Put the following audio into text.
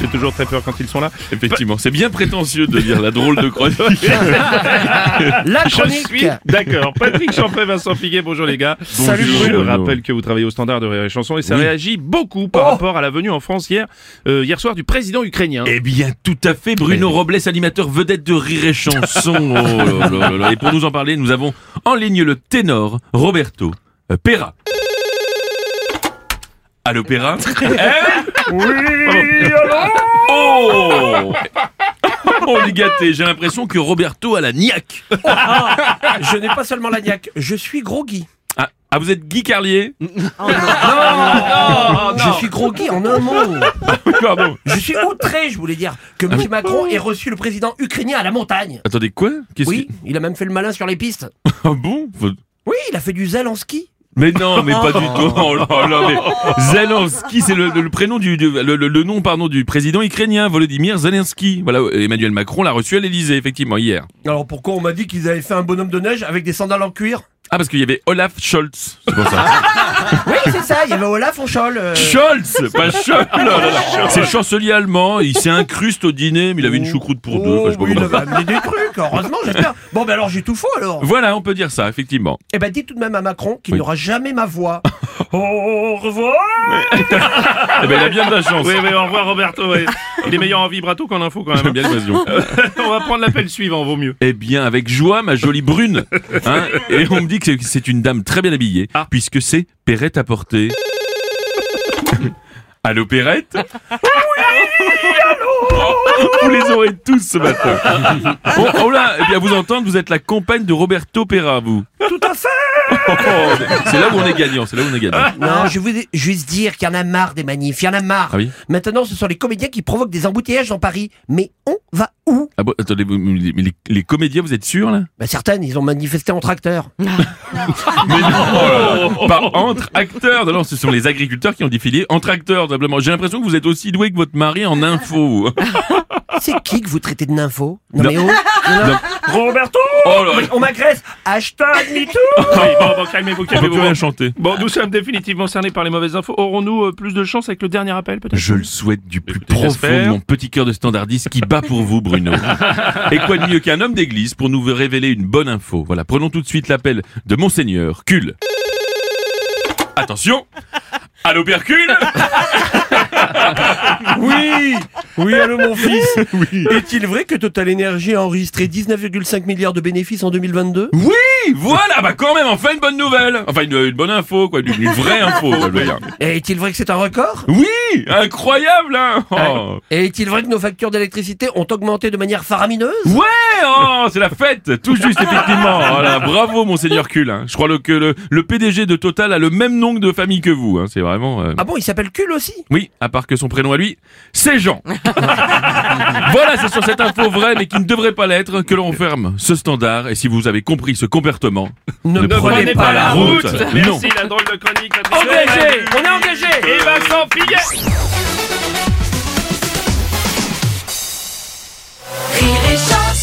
J'ai toujours très peur quand ils sont là. Effectivement, c'est bien prétentieux de dire la drôle de chronique. La Je chronique suis d'accord. Patrick Champré, Vincent Figuet, bonjour les gars. Salut, Je Bruno. rappelle que vous travaillez au standard de Rire et Chanson et ça réagit beaucoup Oh. par rapport à la venue en France hier, euh, hier soir du président ukrainien. Eh bien, tout à fait, Bruno Robles, animateur vedette de Rire et Chanson. Oh là là là là. Et pour nous en parler, nous avons en ligne le ténor Roberto euh, Pera. Allô, Pera Eh Oh Oh, les gâtés, j'ai l'impression que Roberto a la niaque. Je n'ai pas seulement la niaque, je suis gros Guy. Ah, ah, vous êtes Guy Carlier je suis gros Guy en un mot. Pardon. Je suis outré, je voulais dire, que Ah M. Macron ait reçu le président ukrainien à la montagne. Attendez, quoi Qu'est-ce Oui, il a même fait le malin sur les pistes. qui- Ah bon Faut- Oui, il a fait du zèle en ski. Mais non, mais pas du tout. Oh là là, mais Zelensky, c'est le, le prénom du, du- le, le- le nom pardon du président ukrainien Volodymyr Zelensky. Voilà, Emmanuel Macron l'a reçu à l'Elysée effectivement hier. Alors pourquoi on m'a dit qu'ils avaient fait un bonhomme de neige avec des sandales en cuir Ah parce qu'il y avait Olaf Scholz. C'est pour Ah, ça. Oui, c'est ça, il y avait Olaf en chol. euh, Scholz, pas Scholz. Oh là là. C'est le chancelier allemand. Il s'est incruste au dîner, mais il avait une choucroute pour deux. Oh, Enfin, je sais pas oui, il comment- avait amené des trucs, heureusement, j'espère. Bon, ben alors j'ai tout faux alors. Voilà, on peut dire ça effectivement. Eh ben, dis tout de même à Macron qu'il Oui. n'aura jamais ma voix. Au revoir Ah, Eh ben, il a bien de la chance. Oui, oui, au revoir Roberto. ouais. Il est meilleur en vibrato qu'en info quand J'aime même. bien l'évasion. On va prendre l'appel suivant, vaut mieux. Eh bien, avec joie, ma jolie brune. Hein et on me dit que c'est- c'est une dame très bien habillée, Ah. puisque c'est Perrette à porter. Allô, Perrette Oui, Vous les aurez tous ce matin. Bon, oh là, eh bien, vous entendre, vous êtes la compagne de Roberto Perra, vous. Tout à fait Ah. Oh, c'est là où on est gagnant, c'est là où on est gagnant. Non, je voulais juste dire qu'il y en a marre des manifs, il y en a marre. Ah oui Maintenant, ce sont les comédiens qui provoquent des embouteillages dans Paris. Mais on va où Ah bon, attendez, vous- mais les, les comédiens, vous êtes sûrs, là bah, Certaines, ils ont manifesté en tracteur. Mais non oh là là. Par entre acteurs Non, non, ce sont les agriculteurs qui ont défilé entre acteurs, simplement. J'ai l'impression que vous êtes aussi doué que votre mari en info. C'est qui que vous traitez de nympho Non, Non. mais oh Non, non. Roberto Oh là là. On m'agresse Hashtag MeToo Oui, bon, bon, calmez-vous, On peut plus rien calmez-vous. chanter. Bon, nous sommes définitivement cernés par les mauvaises infos. Aurons-nous euh, plus de chance avec le dernier appel peut-être Je le souhaite du plus Écoutez, profond de j'espère. mon petit cœur de standardiste qui bat pour vous, Bruno. Et quoi de mieux qu'un homme d'église pour nous révéler une bonne info Voilà, prenons tout de suite l'appel de Monseigneur Cul. Attention Allô, Percule Oui Oui, allô mon fils Est-il vrai que Total Energy a enregistré 19,5 milliards de bénéfices en 2022 Oui Voilà, bah quand même, enfin une bonne nouvelle Enfin, une, une bonne info, quoi, une, une vraie info, je veux dire. Et est-il vrai que c'est un record Oui Incroyable, hein Oh. Et est-il vrai que nos factures d'électricité ont augmenté de manière faramineuse Ouais, oh, c'est la fête, tout juste effectivement. Voilà, bravo monseigneur Cul. hein. Je crois le- que le, le PDG de Total a le même nom de famille que vous. hein. C'est vraiment. euh, Ah bon, il s'appelle Cul aussi Oui, à part que son prénom à lui, c'est Jean. voilà, c'est sur cette info vraie mais qui ne devrait pas l'être que l'on ferme ce standard. Et si vous avez compris ce comportement, Ne, prenez pas la route. Non. Merci, la drôle de chronique. Patrick Engagé Chauvet. On est engagé Et Vincent Figuet Rire et chanson.